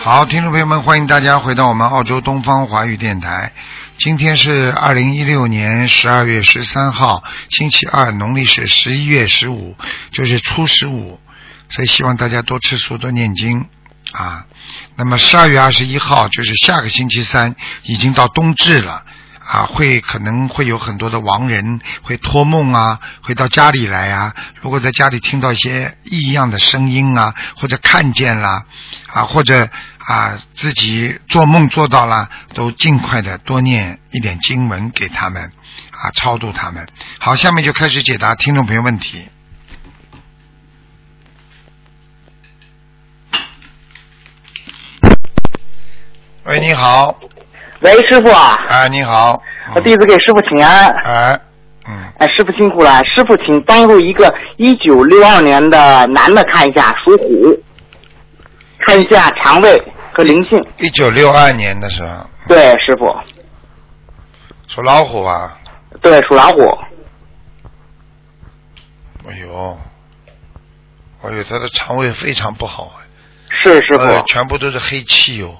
好，听众朋友们，欢迎大家回到我们澳洲东方华语电台。今天是二零一六年十二月十三号，星期二，农历是十一月十五，就是初十五，所以希望大家多吃素，多念经啊。那么十二月二十一号，就是下个星期三，已经到冬至了。啊，会可能会有很多的亡人会托梦啊，会到家里来啊。如果在家里听到一些异样的声音啊，或者看见啦，啊，或者啊自己做梦做到了，都尽快的多念一点经文给他们啊，超度他们。好，下面就开始解答听众朋友问题。喂，你好。喂，师傅啊，哎，你好，我弟子给师傅请安。哎，嗯，哎，师傅辛苦了，师傅请帮助一个一九六二年的男的看一下，属虎，看一下肠胃和灵性。一九六二年的时候，对，师傅，属老虎啊，对，属老虎。哎呦，哎呦，他的肠胃非常不好，是师傅，哎全部都是黑气哟、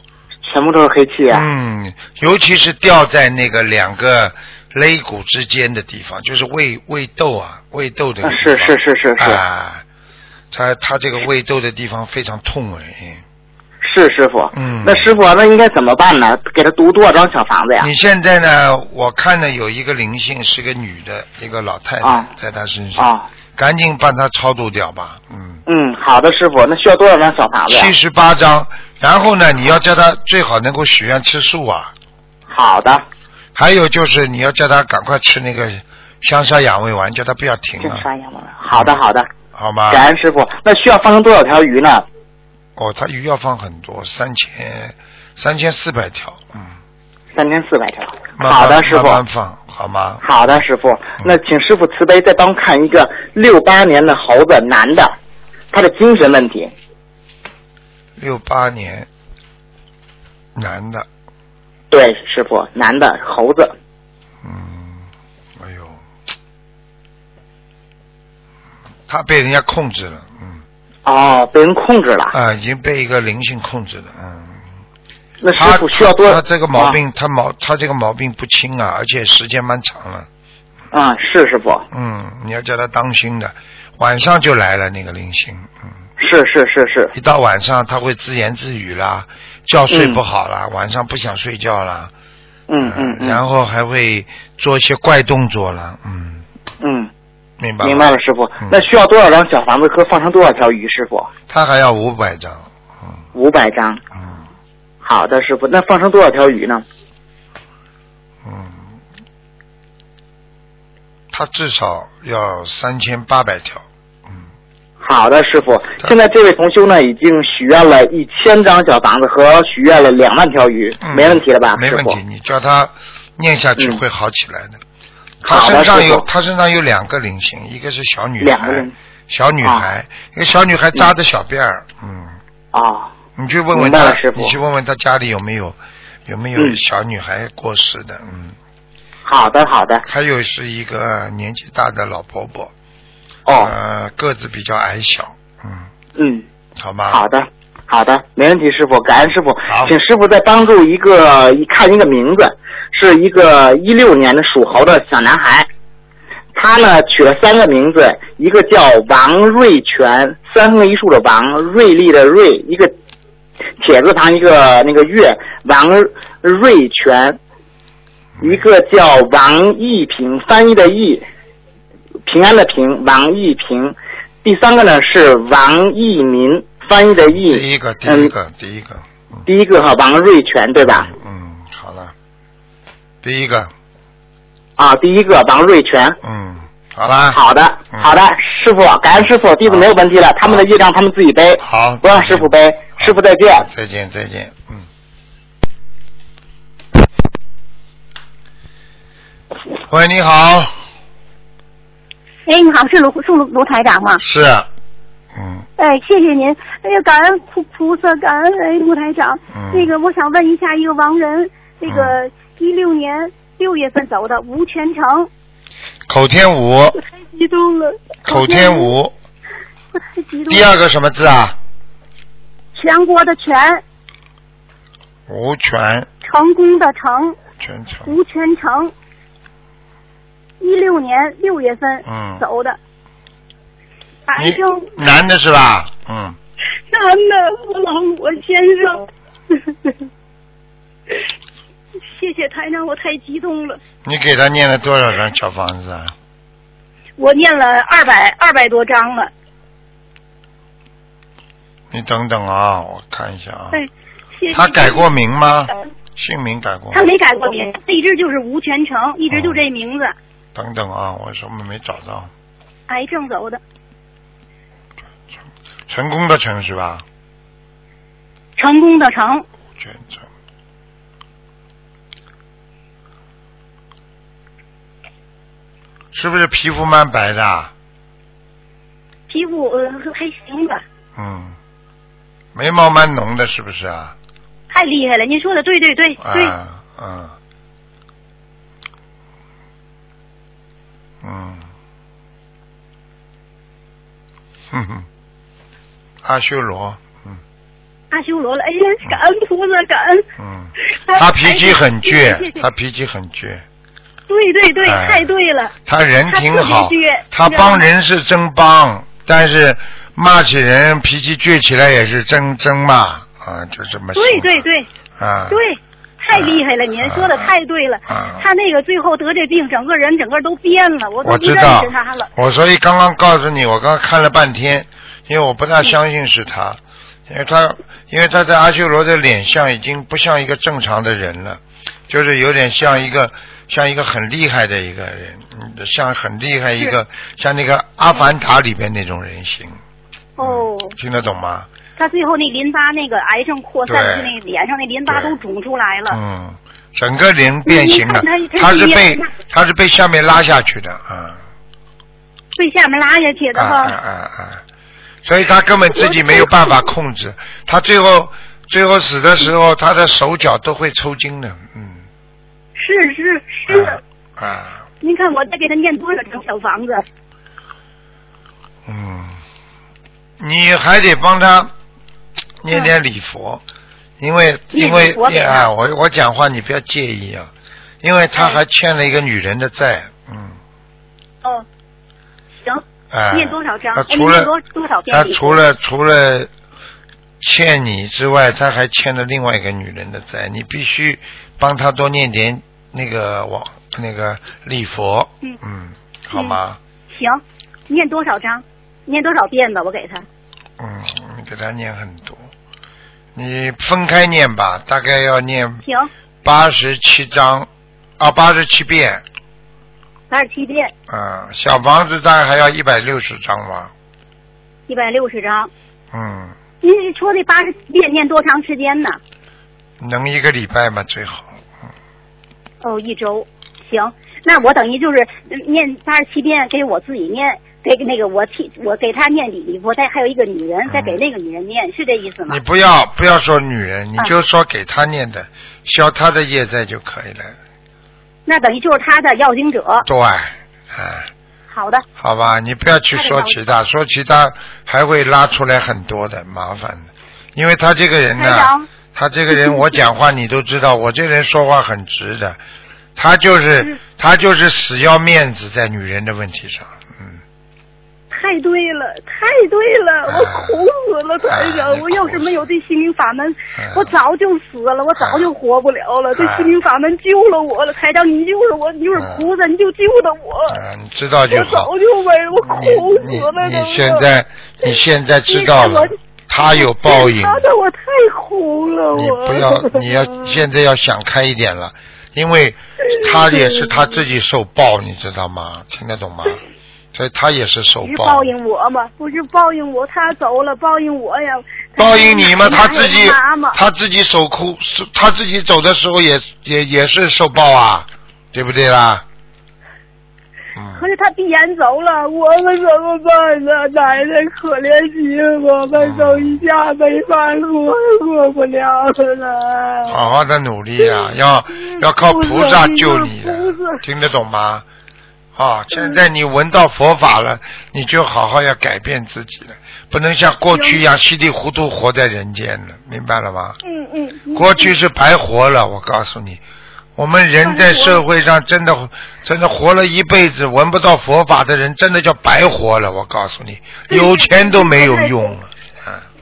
全部都是黑气啊。嗯，尤其是掉在那个两个肋骨之间的地方，就是胃胃窦啊，胃窦这个啊地是方是是是是、啊，他他这个胃窦的地方非常痛哎。是师傅。嗯那师傅，啊那应该怎么办呢？给他读多少张小房子呀你？现在呢？我看呢有一个灵性是个女的，一个老太太啊，在她身上。啊，赶紧把它超度掉吧。嗯，嗯，好的，师傅，那需要多少张小房子呀？七十八章。然后呢，你要叫他最好能够许愿吃素啊，好的，还有就是你要叫他赶快吃那个香砂养胃丸，叫他不要停这啊，嗯刷牙吗？好的，好的，好吗？感恩师傅。那需要放生多少条鱼呢？哦，他鱼要放很多，三千三千四百条，嗯，三千四百条。慢慢好的，师傅慢。慢放，好吗？好的，师傅。嗯那请师傅慈悲，再帮看一个六八年的猴子男的，他的精神问题。六八年，男的，对，师傅，男的猴子。嗯，哎呦，他被人家控制了，嗯。哦，被人控制了。啊，已经被一个灵性控制了，嗯。那他师傅需要多他这个毛啊病，他毛他这个毛病不轻啊，而且时间蛮长了。啊、是师傅，嗯，你要叫他当心的，晚上就来了那个灵性，嗯，是是是是一到晚上他会自言自语啦，觉睡嗯不好啦，晚上不想睡觉啦，呃嗯嗯嗯，然后还会做一些怪动作啦，嗯，嗯，明白吗明白了，师傅嗯。那需要多少张小房子和放生多少条鱼？师傅，他还要五百张，嗯五百张。嗯好的，师傅。那放生多少条鱼呢？嗯，他至少要三千八百条，嗯。好的，师傅。对现在这位同修呢，已经许愿了一千张小房子和许愿了两万条鱼，嗯没问题了吧，没啊师问傅题，？你叫他念下去嗯会好起来的。他好的身上师傅有他身上有两个灵性，一个是小女两个啊孩人，小女孩，一个小女孩扎着小辫儿，嗯，哦，你去问问明白他了师，傅你去问问他家里有没有有没有嗯小女孩过世的，嗯，好的，好的，还有是一个年纪大的老婆婆，哦，呃，个子比较矮小，嗯，嗯，好吗？好的，好的，没问题，师傅，感恩师傅好，请师傅再帮助一个一看一个名字，是一个一六年的属猴的小男孩，他呢取了三个名字，一个叫王瑞全，三横一竖的王，瑞丽的瑞，一个铁字旁一个那个月，王瑞全，一个叫王一平，翻译的译，平安的平，王一平。第三个呢是王一民，翻译的译。第一个，第一个，第一个，嗯第一个哈，王瑞全对吧？嗯嗯，好了，第一个，啊，第一个王瑞全。嗯，好啦，好的，嗯好的，师傅，感恩师傅，弟子没有问题了，他们的业障他们自己背，好，不让师傅背。师傅再见。再见，再见，嗯。喂，你好，哎，你好，是卢是卢卢台长吗？是，嗯，哎，谢谢您，哎呀，感恩菩菩萨，感恩哎卢台长。嗯那个，我想问一下，一个亡人，那个一六年六月份走的吴全成，口天吴，我太激动了。口天，吴，我太激动第了。二个什么字啊？全国的全，吴全成功的成，全成，吴全成，一六年六月份嗯走的，癌你症男的是吧？嗯，男的，我老我先生。 谢谢台长，我太激动了。你给他念了多少张小房子啊？我念了二百二百多章了，你等等啊，我看一下啊。对，谢谢。他改过名吗？姓名改过吗他？没改过名，他一直就是吴全成，一直就这名字，哦等等啊，我什么没找到？癌症走的，成功的成是吧？成功的成，全成。是不是皮肤蛮白的啊？皮肤呃还行吧，嗯，眉毛蛮浓的，是不是啊？太厉害了，您说的对对对对，啊，嗯，嗯， 哼哼，阿修罗，嗯阿修罗了，哎呀，感恩菩萨，感恩。嗯，哎他脾气很哎 谢谢谢倔，谢他脾气很倔，对对对，哎太对了，他人挺好他特别倔，他你知道吗帮人是真帮，但是骂起人脾气倔起来也是真真骂啊，就这么对想对对啊，对，太厉害了，您说的太对了啊。他那个最后得这病，整个人整个都变了，我都我不知认道识他了。，我所以刚刚告诉你，我刚刚看了半天，因为我不嗯大相信是他，因为他因为他在阿修罗的脸上已经不像一个正常的人了，就是有点像一个像一个很厉害的一个人，嗯像很厉害一个像那个《阿凡达》里边那种人形，哦，听得懂吗？他最后那淋巴那个癌症扩散，对就那脸上那淋巴对都肿出来了。嗯，整个人变形了你，看他他他是是被一样他是被下面拉下去的啊。被下面拉下去的啊哈。啊啊！所以他根本自己没有办法控制，他最后最后死的时嗯候，他的手脚都会抽筋的，嗯，是是是，啊啊，您看我再给他念多少张小房子？嗯，你还得帮他念点礼佛，因为因为嗯念礼佛给他哎啊，我我讲话你不要介意啊，因为他还欠了一个女人的债，嗯，哦，行，啊，念多少张？他哎除念了多多少遍他礼佛？除了除了欠你之外，他还欠了另外一个女人的债，你必须帮他多念点那个往那个礼佛，嗯好吗？行，念多少张？念多少遍吧？我给他。嗯，你给他念很多，你分开念吧，大概要念行，八十七章啊，八十七遍，八十七遍，啊，小房子大概还要一百六十章吧，一百六十张。嗯，您说这八十七遍念多长时间呢？能一个礼拜嘛最好，哦，一周。行，那我等于就是呃念八十七遍给我自己念，给那个我替我给他念礼佛，再还有一个女人，再给那个女人念，是这意思吗你？不要不要说女人，你嗯就说给他念的，消他的业债就可以了。啊那等于就是他的要经者。对，哎，好的，好吧，你不要去说其他，说其他还会拉出来很多的麻烦的，因为他这个人台呢，长，他这个人我讲话你都知道，我这人说话很直的，他就是嗯他就是死要面子在女人的问题上，嗯，太对了，太对了，啊我苦死了，台啊长！你我要是没有这心灵法门啊，我早就死了，我早就活不了了。这啊心灵法门救了我了，台长，你就是我，你就是菩萨，你就救的我。啊，你知道就呃我好早。就没，我你苦你死了，你都现在你现在知道了你看我，他有报应。他的我太苦了，你我不要，你 要现在要想开一点了，因为他也是他自己受报，你知道吗？听得懂吗？所以他也是受不是报，报应我吗？不是报应我，他走了，报应我呀！报应你 嘛，哎呀他自己妈妈他自己受苦，是他自己走的时候也也也是受报啊，对不对啦？可嗯，是他必然走了，我们怎么办呢？奶奶可怜极了，我们都一下没饭过，过不了了。好嗯好的努力啊，要要靠菩萨救你的不是不是，听得懂吗？啊、嗯现在你闻到佛法了，你就好好要改变自己了，不能像过去一样稀里糊涂活在人间了，明白了吗？嗯嗯嗯，过去是白活了，我告诉你，我们人在社会上真的真的活了一辈子，闻不到佛法的人，真的叫白活了。我告诉你，有钱都没有用了，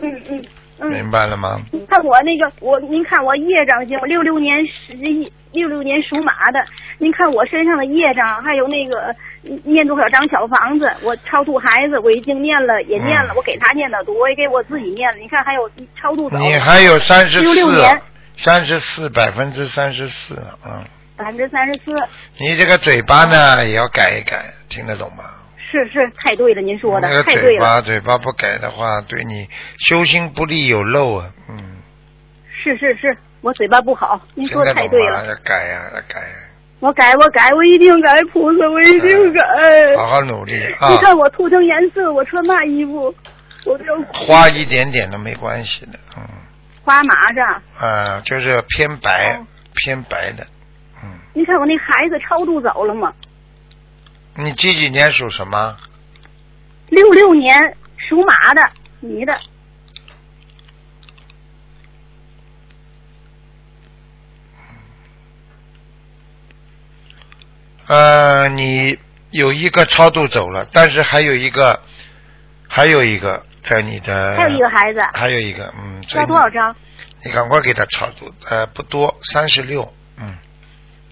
嗯，嗯嗯嗯，明白了吗？嗯看我那个，我您看我业障经，我六六年十一六六年属马的，您看我身上的业障，还有那个嗯念多少张小房子，我超度孩子，我已经念了，也念了，嗯我给他念的多，我也给我自己念了。你看还有超度走你还有三十66四年，三十四百分之三十四，嗯，百分之三十四，你这个嘴巴嗯呢也要改一改，听得懂吗？是是太对了，您说的那个太对嘴了，巴嘴巴不改的话，对你修心不利有漏啊，嗯，是是是，我嘴巴不好，您听说得太懂对吗？了，要改呀、要改啊呀、我改我改，我一定改，菩萨，我一定改。好好努力啊呃你！看我涂成颜色，我穿嘛衣服，我就花一点点都没关系的，嗯，花麻子。啊，就是偏白、哦偏白的，嗯，你看我那孩子超度走了吗？你几几年属什么？六六年属马的，女的，呃，你有一个超度走了，但是还有一个，还有一个在你的，还有一个孩子，还有一个，嗯，所以要你多少张？你赶快给他超度，呃，不多，三十六，嗯，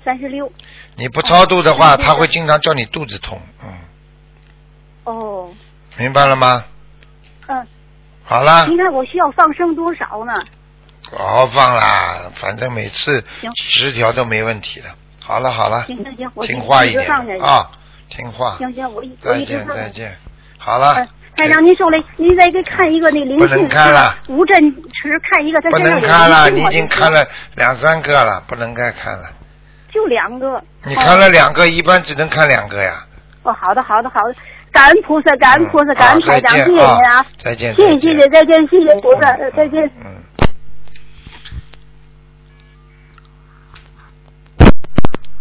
三十六。你不超度的话，哦36他会经常叫你肚子痛，嗯，哦，明白了吗？嗯，好啦，您看我需要放生多少呢？好好放啦，反正每次行十条都没问题的。好了好了，行行行，我嗯听话一一直点放下去。啊，听话。行行，我一我再一直见放下再去。见，好了嗯，，台长，您受累，您再给看一个那灵不性能看了，吴振池看一个，他不身上能有看了，灵你性已经吗看，了两三个了，不能再看了。就两个。你哦看了两个，一般只能看两个呀。哦，好的，好的，好的，感恩菩萨，感恩菩萨，嗯感恩好台长，再谢谢见您啊，再见，谢再谢，谢见谢，再见，谢谢菩萨，呃再见。嗯。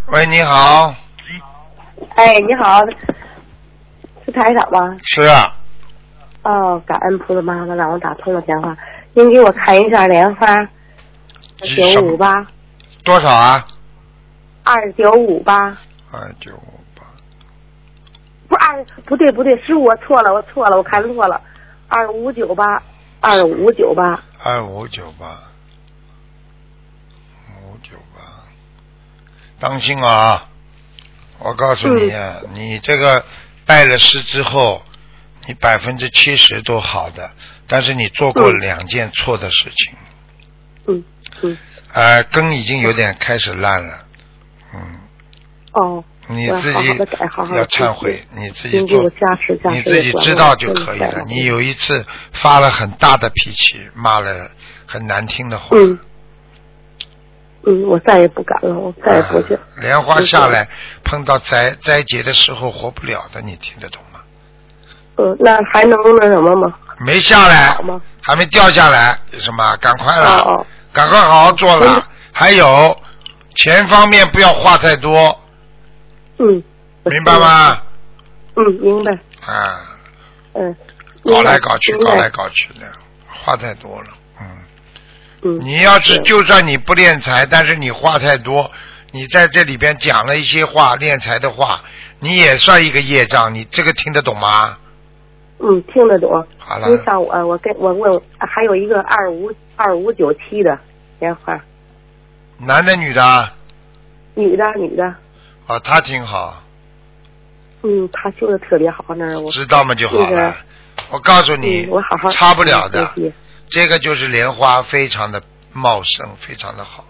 喂，你好，哎，你好，是台长吗？是啊，哦，感恩菩萨妈妈让我打通了电话。您给我看一下莲花，是九什五么八，多少啊？二九五八，二九五八，不是二，不对不对，是我错了，我错了，我看错了，二五九八，二五九八，二五九八，五九八，当心啊！我告诉你啊，你这个拜了师之后，你百分之七十都好的，但是你做过嗯两件错的事情，嗯嗯，呃，根已经有点开始烂了，嗯，哦，你我要自好己好地改好好地要自己忏悔，你自己您给做我加持加持，你自己知道就可以我了要。你有一次发了很大的脾气，骂了很难听的话，嗯嗯，我再也不敢了，我再也不去啊， 莲花下来碰到灾灾劫的时候活不了的，你听得懂吗？嗯，那还能那什么吗？没下来好吗，还没掉下来，有什么？赶快哦了，哦，赶快好好做嗯了。还有钱方面不要话太多，嗯，我明白吗？嗯，明白。啊，嗯，搞来搞去，明白搞来，搞去的，话太多了，嗯。嗯，你要是对就算你不练财，但是你话太多，你在这里边讲了一些话，练财的话，你也算一个业障，你这个听得懂吗？嗯听得懂。好了你，像我，我跟我问，还有一个二五二五九七的莲花，男的女的啊，女的女的，哦，他挺好，嗯，她修的特别好，那儿我知道嘛就好那了个。我告诉你嗯，，我好好差不了的学。习这个就是莲花，非常的茂盛，非常的好，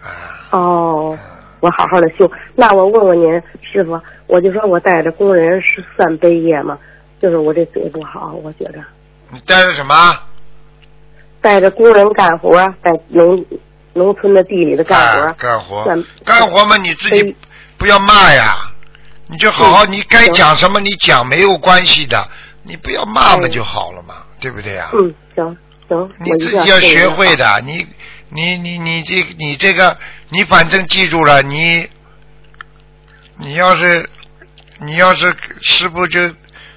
啊，哦嗯，我好好的修。那我问问您师傅，我就说我带着工人是算悲业吗？就是我这嘴不好，我觉着你带着什么？带着工人干活，在农农村的地里的干活，啊干活算，干活嘛，你自己悲不要骂呀，你就好好，嗯你该讲什么你讲，没有关系的，你不要骂嘛就好了嘛，对不对呀？嗯，行行，你我哎一自定己要注意学好会的，你你你你这你这个，你反正记住了，你你要是你要是师傅就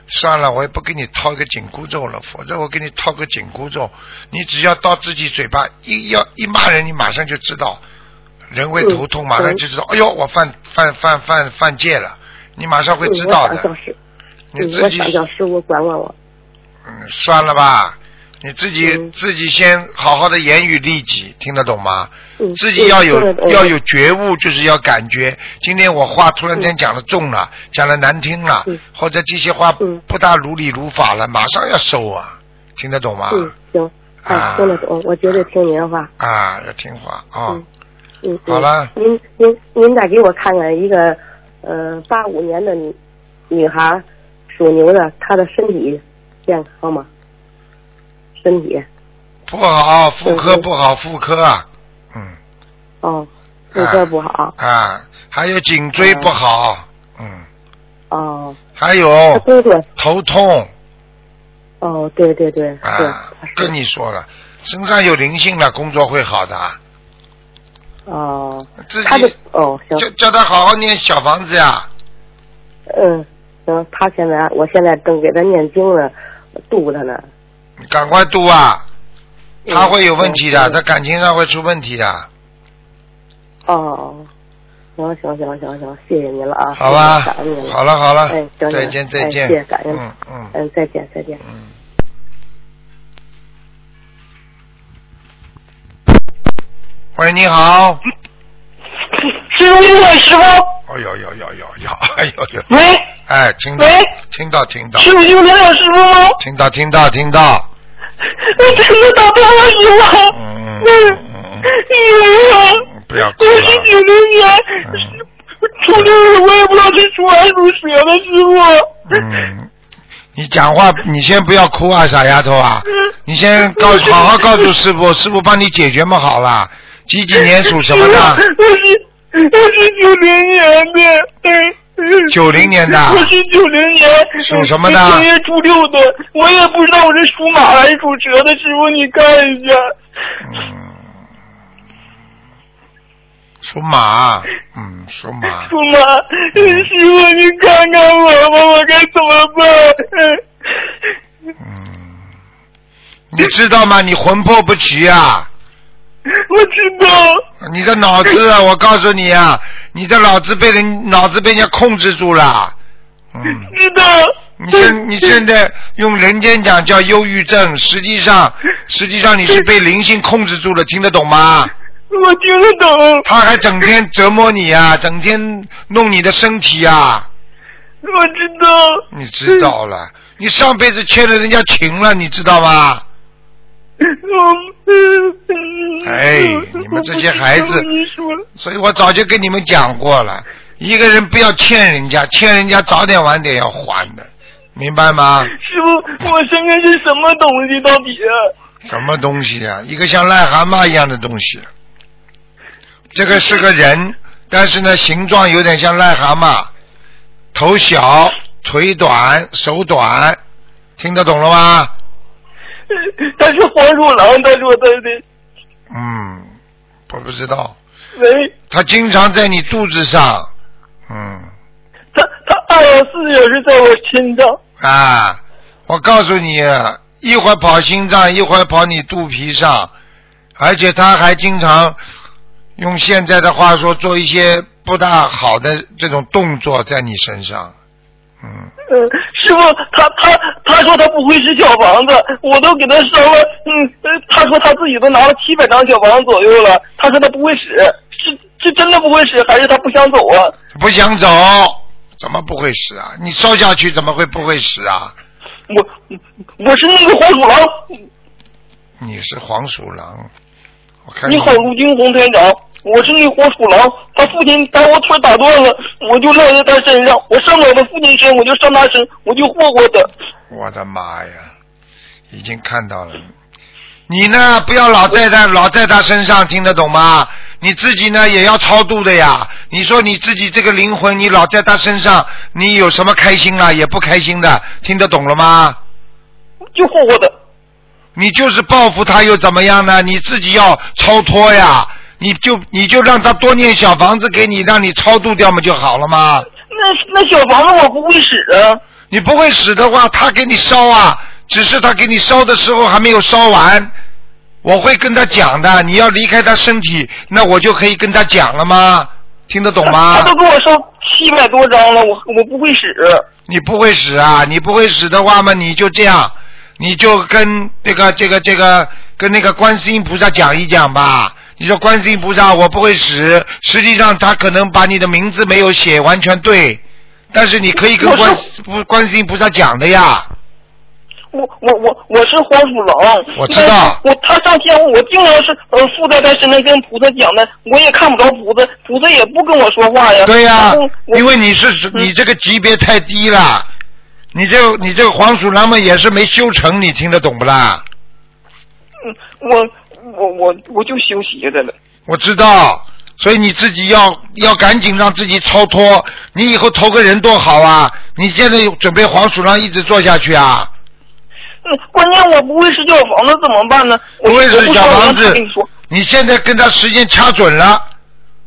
算了，我也不给你套一个紧箍咒了，否则我给你套个紧箍咒，你只要到自己嘴巴一要一骂人，你马上就知道，人会头痛，嗯马上就知道，哎呦，我犯犯犯犯犯戒了，你马上会知道嗯我想叫的，师，你嗯自我己想叫师傅管管我。嗯，算了吧，你自己、嗯自己先好好的言语利己，听得懂吗？嗯，自己要有嗯对要有觉悟，就是要感觉。今天我话突然间讲的重了，讲的难听了，嗯或者这些话嗯不大如理如法了，马上要收啊，听得懂吗？嗯，行，啊啊，听得懂，我绝对听您的话。啊，要听话啊。嗯嗯，好了嗯您您您再给我看看一个，呃，八五年的女女孩儿，属牛的，她的身体健康吗？身体不好，哦妇科嗯嗯不好，妇科啊，嗯哦，妇科不好啊，还有颈椎不好，嗯，哦，还她有工作头痛哦，对对对，对，啊她，是跟你说了，身上有灵性了，工作会好的啊，哦，自她的己哦叫行，叫他好好念小房子呀、嗯行，她现在我现在正给她念经呢，度她呢，你赶快读啊，嗯他会有问题的，嗯啊他感情上会出问题的，哦，行行行行行，谢谢您了啊，好吧谢谢感恩您？了，好了好了哎，行再见行再哎见谢谢感，恩嗯嗯嗯，再见再见。嗯。喂，你好。师傅，你好，师傅，哎呦呦呦呦呦，哎呦呦，喂，哎，听到喂，听到听到师傅，你们有师傅吗？听到听到听到，我真的打通了，师傅。嗯嗯嗯嗯嗯，不要哭我了是九零年，嗯从这我也不知道是出还是属蛇的，师傅。嗯，你讲话你先不要哭啊，傻丫头啊，嗯你先告好好告诉师傅，师傅帮你解决嘛好了。几几年属什么的？我是我是九零年的，哎。 90年的我是九零年，属什么的正月初六的，我也不知道我是属马还是属蛇的，师傅你看一下。嗯，属马，嗯，属马。不嘛，师傅，你看看我吧，我该怎么办？嗯，你知道吗？你魂魄不齐啊！我知道，你的脑子 啊，我告诉你啊，你的脑子被人脑子被人家控制住了。嗯，知道。你现你现在用人间讲叫忧郁症，实际上实际上你是被灵性控制住了，听得懂吗？我听得懂，他还整天折磨你啊，整天弄你的身体啊，我知道。你知道了，你上辈子欠了人家情了，你知道吗？我哎你们这些孩子我不知道你说所以我早就跟你们讲过了，一个人不要欠人家，欠人家早点晚点要还的，明白吗？师傅，我身上是什么东西？到底啊？什么东西啊？一个像癞蛤蟆一样的东西，这个是个人，但是呢，形状有点像癞蛤蟆，头小、腿短、手短，听得懂了吗？他是黄鼠狼，他说他的。嗯，我不知道，喂，它经常在你肚子上，嗯他他二十四也是在我身上。啊，我告诉你，一会儿跑心脏，一会儿跑你肚皮上，而且它还经常用现在的话说做一些不大好的这种动作在你身上，嗯，嗯，师傅，他他他说他不会是小房子，我都给他烧了，嗯，呃他说他自己都拿了七百张小房子左右了，他说他不会使，是是真的不会使，还是他不想走啊？不想走，怎么不会死啊？你烧下去怎么会不会死啊？我我是那个黄鼠狼，你是黄鼠狼，我看你好，卢金红团长，我是那黄鼠狼，他父亲把我腿打断了，我就落在他身上，我上我的父亲身，我就上他身，我就霍霍他。我的妈呀，已经看到了。你呢，不要老在他老在他身上，听得懂吗？你自己呢也要超度的呀。你说你自己这个灵魂，你老在他身上，你有什么开心啊？也不开心的，听得懂了吗？就霍霍他。你就是报复他又怎么样呢？你自己要超脱呀。你就你就让他多念小房子给你，让你超度掉嘛就好了吗？那那小房子我不会使啊。你不会使的话，他给你烧啊，只是他给你烧的时候还没有烧完。我会跟他讲的，你要离开他身体，那我就可以跟他讲了吗？听得懂吗？他都跟我说七百多张了，我我不会使。你不会使啊？你不会使的话嘛，你就这样，你就跟这个这个这个跟那个观世音菩萨讲一讲吧。你说观世音菩萨，我不会使，实际上他可能把你的名字没有写完全对，但是你可以跟观不观世音菩萨讲的呀。我我我我是黄鼠狼，我知道。我他上香，我经常是呃附在他身上跟菩萨讲的，我也看不着菩萨，菩萨也不跟我说话 呀。对呀、然后我因为你是你这个级别太低了，你这个你这个黄鼠狼嘛也是没修成，你听得懂不啦？嗯我我我我就修鞋的了。我知道，所以你自己要要赶紧让自己超脱，你以后投个人多好啊！你现在准备黄鼠狼一直做下去啊？嗯，关键我不会使小房子怎么办呢？我不会使小房我子跟你说，你现在跟他时间掐准了，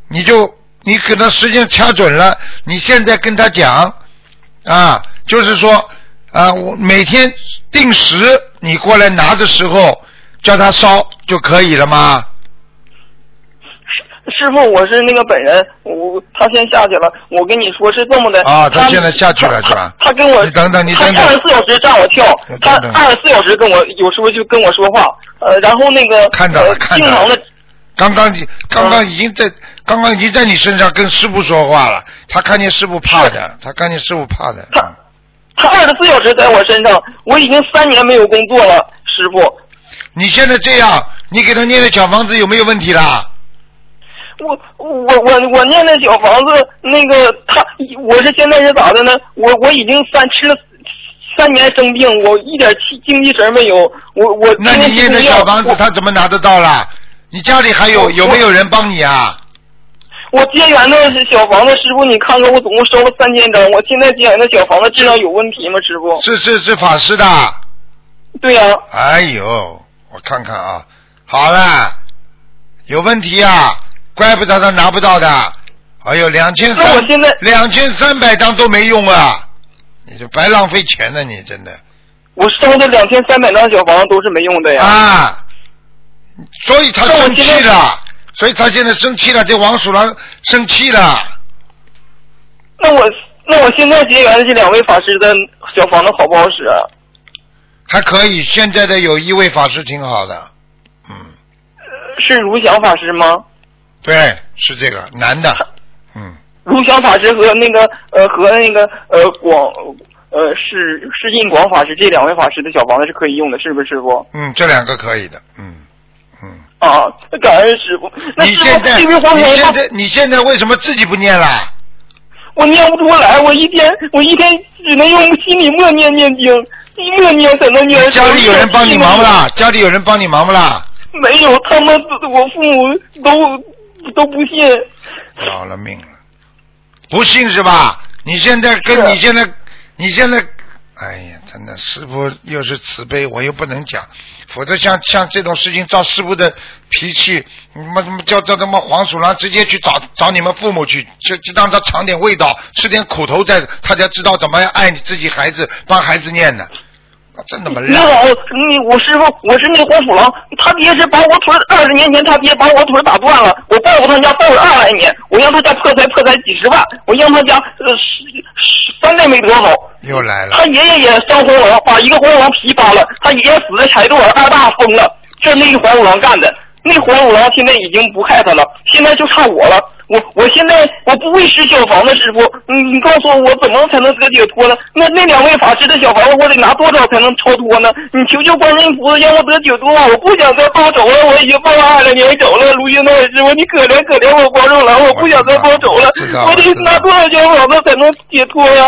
你就你跟他时间掐准了，你现在跟他讲啊，就是说啊，我每天定时你过来拿的时候叫他烧就可以了吗？师傅，我是那个本人，我他先下去了。我跟你说是这么的啊他他现在下去了他是吧他他跟我你等等你他等等二十四小时让我跳你，他等等二十四小时跟我有时候就跟我说话，呃，然后那个看到了呃看到经了常的刚刚你刚刚已经在、刚刚已经在你身上跟师傅说话了，他看见师傅怕的，他看见师傅怕的。他嗯他二十四小时在我身上，我已经三年没有工作了，师傅。你现在这样，你给他念的小房子有没有问题啦？我我我我念那小房子，那个他，我是现在是咋的呢？我我已经三吃了三年生病，我一点气精气神没有。我我 那你念的小房子他怎么拿得到啦？你家里还有我有没有人帮你啊？我结缘的小房子，师傅你看看，我总共收了三千张，我现在结缘的小房子质量有问题吗？师傅？是是是法师的。对呀、哎呦，我看看啊，好了，有问题啊，怪不得他拿不到的。哎呦，两千那三我现在，两千三百张都没用啊！你这白浪费钱了，你真的我收的两千三百张小房子都是没用的呀。啊！所以他那我生气现在了，所以他现在生气了，这王鼠狼生气了。那我那我现在结缘的这两位法师的小房子好不好使啊？还可以，现在的有一位法师挺好的，嗯，是如祥法师吗？对，是这个男的，嗯，如祥法师和那个呃和那个呃广呃是是印广法师这两位法师的小房子是可以用的，是不是师傅？嗯，这两个可以的，嗯嗯。啊，感恩师傅。那你师现傅在这你位黄现龙，在你现在为什么自己不念啦？我念不出来，我一天我一天只能用心里默念念经，默念才能念。家里有人帮你忙不？啦？家里有人帮你忙不啦？没有，他们我父母都都不哎信。要了命了，不信是吧？你现在跟是你现在，你现在，哎呀，真的，师傅又是慈悲，我又不能讲，否则像像这种事情，照师傅的脾气，你妈他妈叫叫他妈黄鼠狼直接去找找你们父母去，就就让他尝点味道，吃点苦头再，他才知道怎么样爱你自己孩子，帮孩子念的，那真他妈那烂。好，你我师傅，我是那黄鼠狼，他爹是把我腿二十年前他爹把我腿打断了，我报复他家报了二十来年，我让他家破财破财几十万，我让他家呃十十三代没得好。又来了他。爷爷也伤黄鼠狼，把一个黄鼠狼皮扒了，他爷爷死在柴垛，二大疯了，这是那个黄鼠狼干的。那黄鼠狼现在已经不害他了，现在就差我了。我我现在我不会使小房子，师傅，你你告诉我我怎么才能得解脱呢？那那两位法师的小房子，我得拿多少才能超脱呢？你求求观世音菩萨让我得解脱吧！我不想再报仇了，我已经报了二十年仇了。卢云道师傅，你可怜可怜我黄鼠狼，我不想再报仇了知道，了我得知道了拿多少小房子才能解脱呀、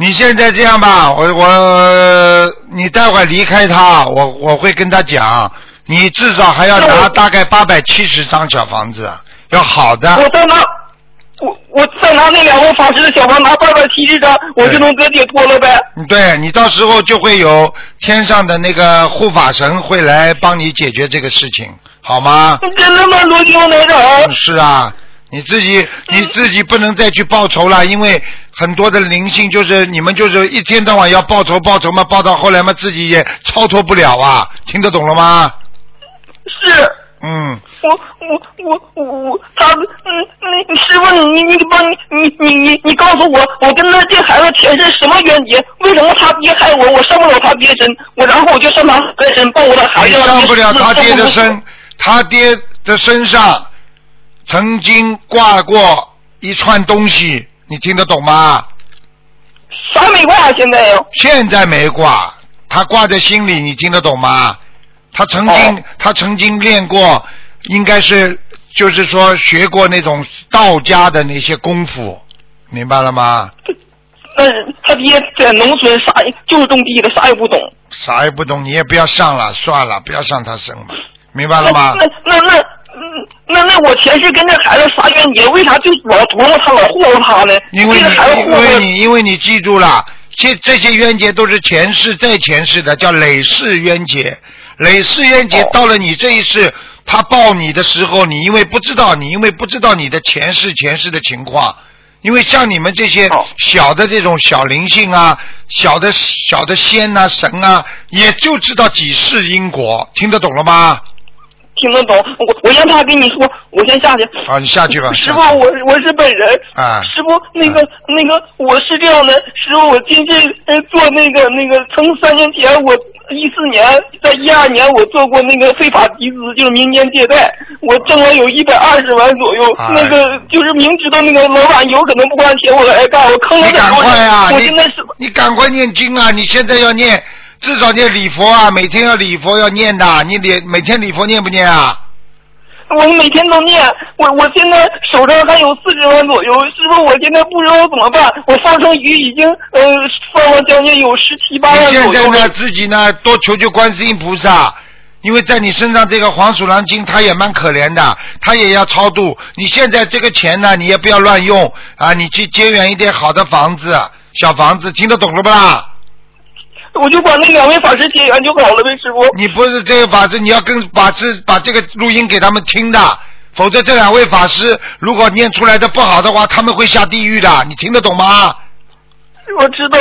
你现在这样吧，我我你待会儿离开他，我我会跟他讲，你至少还要那拿我大概八百七十张小房子，啊要好我的。再拿，我我再拿那两位法师的小房拿八百七十张，我就能得解脱了呗。对你到时候就会有天上的那个护法神会来帮你解决这个事情，好吗？真的吗，罗兄台长？是啊，你自己你自己不能再去报仇了，因为很多的灵性就是你们就是一天到晚要报仇报仇嘛，报到后来嘛自己也超脱不了啊，听得懂了吗？是。嗯，我我我我我，他嗯，那师傅你你你帮你你你你你告诉我，我跟他这孩子前世什么冤结？为什么他爹害我，我上不了他爹身，我然后我就上他爹身，抱我的孩你子了上不了他爹的。这是身，他爹的身上曾经挂过一串东西，你听得懂吗？啥没挂现在哦呀？现在没挂，他挂在心里，你听得懂吗？他曾经、哦他曾经练过，应该是就是说学过那种道家的那些功夫，明白了吗？那是他爹在农村啥也就是种地的，啥也不懂。啥也不懂，你也不要上了，算了，不要上他身嘛，明白了吗？那那那嗯那那我前世跟这孩子啥冤结？为啥就老琢磨他，老祸祸他呢？因为这个你孩子因祸为祸你因为你记住了，这这些冤结都是前世再前世的，叫累世冤结。累世冤结哦到了你这一世，他报你的时候，你因为不知道，你因为不知道你的前世前世的情况。因为像你们这些哦小的这种小灵性啊，小的小的仙呐、神啊，也就知道几世因果，听得懂了吗？听得懂。我我让他跟你说，我先下去。好，你下去吧。师下傅去，我我是本人。啊师傅，那个、那个，我是这样的，师傅，我今世呃做那个那个，从三年前我一四年，在一二年我做过那个非法集资，就是民间借贷，我挣了有一百二十万左右。哎那个就是明知道那个老板有可能不还钱，我还干，我坑了你赶很多快人。啊！我你现在是你赶快念经啊！你现在要念，至少念礼佛啊，每天要礼佛要念的。啊你礼每天礼佛念不念啊？我每天都念，我我现在手上还有四十万左右，师傅，我现在不知道怎么办。我上升鱼已经呃放了将近有十七八万你现左在右呢，了。自己呢多求求观世音菩萨，因为在你身上这个黄鼠狼精，它也蛮可怜的，它也要超度。你现在这个钱呢，你也不要乱用啊！你去结缘一点好的房子、小房子，听得懂了不啦？我就把那两位法师结缘就好了呗，师 傅。你不是这个法师，你要跟法师把这个录音给他们听的，否则这两位法师如果念出来的不好的话，他们会下地狱的。你听得懂吗？我知道，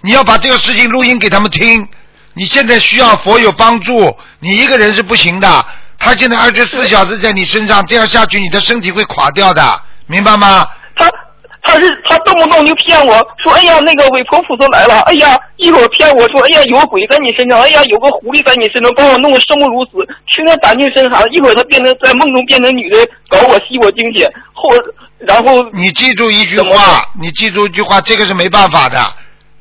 你要把这个事情录音给他们听。你现在需要佛有帮助，你一个人是不行的。他现在二十四小时在你身上，这样下去你的身体会垮掉的，明白吗？他他是他动不动就骗我说，哎呀，那个韦婆菩萨来了，哎呀，一会儿骗我说，哎呀，有个鬼在你身上，哎呀，有个狐狸在你身上，把我弄得生不如死，天天打进身寒。一会儿他变成在梦中变成女的，搞我吸我精血，后然后你记住一句怎么话办，你记住一句话，这个是没办法的，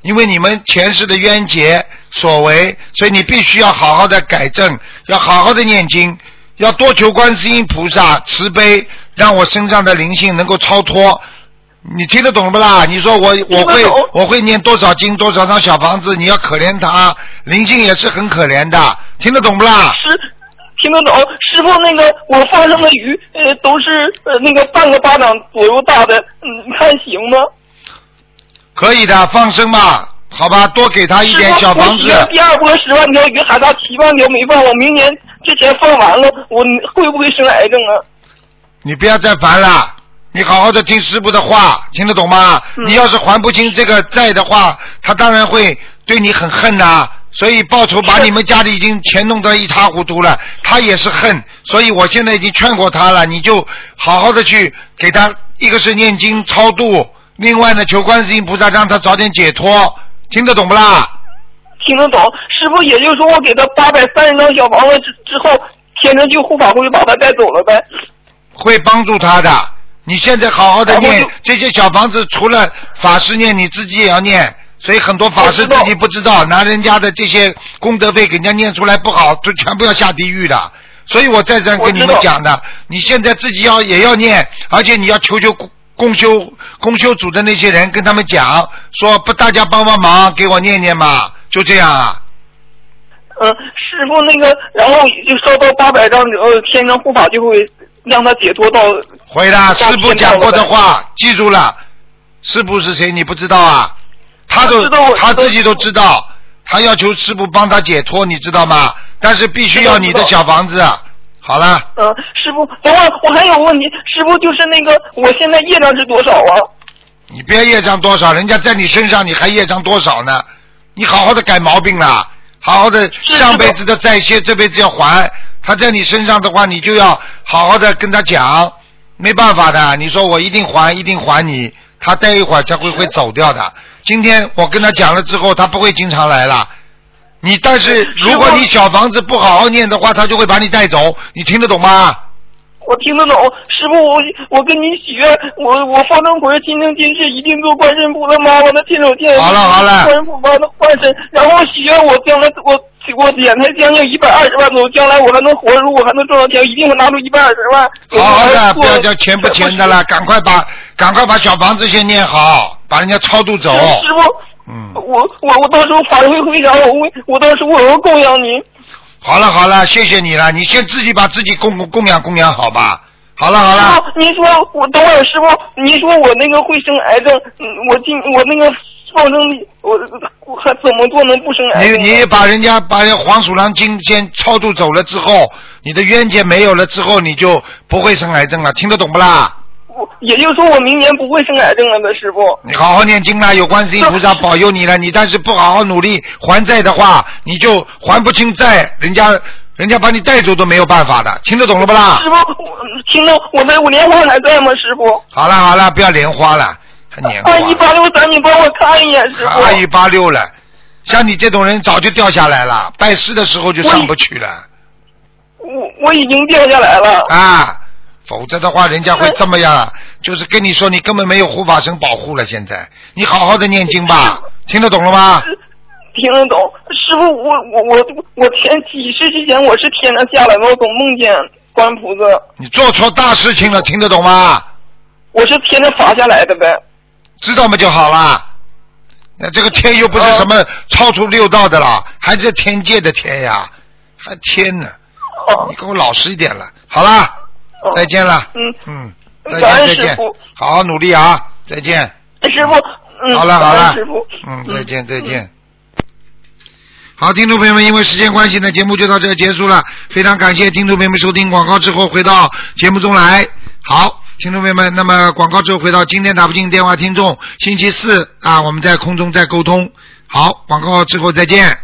因为你们前世的冤结所为，所以你必须要好好的改正，要好好的念经，要多求观世音菩萨慈悲，让我身上的灵性能够超脱。你听得懂不啦？你说我我会听得懂我会念多少经多少张小房子，你要可怜他，灵性也是很可怜的，听得懂不啦？师，听得懂？师傅，那个我放生的鱼，呃，都是呃那个半个巴掌左右大的，嗯，你看行吗？可以的，放生吧，好吧，多给他一师点傅，小房我子。许愿第二波十万条鱼，海大七万条没放，我明年之前放完了，我会不会生癌症啊？你不要再烦了，你好好的听师傅的话，听得懂吗？嗯你要是还不清这个债的话，他当然会对你很恨呐、所以报仇把是你们家里已经钱弄得一塌糊涂了，他也是恨。所以我现在已经劝过他了，你就好好的去给他，一个是念经超度，另外呢求观世音菩萨让他早点解脱，听得懂不啦？听得懂？师傅，也就是说我给他八百三十张小房子之之后，天成就护法会把他带走了呗？会帮助他的。你现在好好的然念后哎就这些小房子，除了法师念，你自己也要念。所以很多法师我知道自己不知哦道，拿人家的这些功德费给人家念出来不好，就全部要下地狱的。所以我再三跟你我知们道讲的，你现在自己要也要念，而且你要求求共修共修组的那些人，跟他们讲说不，大家帮帮忙，给我念念嘛，就这样啊。嗯，师傅那个，然后就烧到八百张，呃，天成护法就会让他解脱到回答大师傅天讲过的道了呗话，记住了。师傅是谁你不知道啊？他都我知道我他知道自己都知道，他要求师傅帮他解脱，你知道吗？但是必须要你的知道知道小房子，好了，嗯、师傅，等会儿我还有个问题，师傅就是那个我现在业障是多少啊？你别业障多少，人家在你身上你还业障多少呢？你好好的改毛病啦，好好的是上辈子的债些，这辈子要还。他在你身上的话，你就要好好的跟他讲，没办法的。你说我一定还，一定还你，他待一会儿他会会走掉的。今天我跟他讲了之后，他不会经常来了。你但是如果师傅你小房子不好好念的话，他就会把你带走。你听得懂吗？我听得懂，师傅，我我跟您许愿，我我发灯魂今生今世一定做观世音菩萨妈妈的天手天眼好了好了观世音菩萨的化身，然后许愿我将来我我敛财将近一百二十万左右，将来我还能活，如果还能赚到钱，一定会拿出一百二十万。好好的，不要叫钱钱不钱的了，赶快把赶快把小房子先念好，把人家超度走。师傅，嗯，我我我到时候法会会上，我会我到时候我会供养您。好了好了，谢谢你了，你先自己把自己供供供养供养好吧。好了好师了，傅，您说我等会儿，师傅，您说我那个会生癌症，嗯，我今我那个放生的，我我还怎么做能不生癌你症呢？你把人家把人黄鼠狼精先超度走了之后，你的冤结没有了之后，你就不会生癌症了，听得懂不啦？我也就是说我明年不会生癌症了呗，师傅。你好好念经啦，有观世音菩萨保佑你了。你但是不好好努力还债的话，你就还不清债，人家人家把你带走都没有办法的，听得懂了不啦？师傅，我听到我的我莲花还在吗？师傅，好了好了，不要莲花了，还莲花。二哦一八六三，你帮我看一眼，师傅。二一八六了，像你这种人早就掉下来了，拜师的时候就上不去了我我已经掉下来了。啊，否则的话人家会这么样，啊就是跟你说你根本没有护法神保护了。现在你好好的念经吧，听得懂了吗？听得懂，师傅，我我我我前几世之前我是天上下来的，我总梦见观音菩萨，你做错大事情了，听得懂吗？我是天上罚下来的呗。知道吗就好了。那这个天又不是什么超出六道的啦，还是天界的天呀，还天呢？哦你给我老实一点了，好啦，哦，再见了。嗯，嗯，再感见恩再师见傅，好好努力啊，再见。师傅，嗯，好了感好恩了师傅，，嗯嗯，再见再见。好，听众朋友们，因为时间关系呢，节目就到这儿结束了。非常感谢听众朋友们收听广告之后回到节目中来。好，听众朋友们，那么广告之后回到今天打不进电话听众，星期四啊，我们在空中再沟通。好，广告之后再见。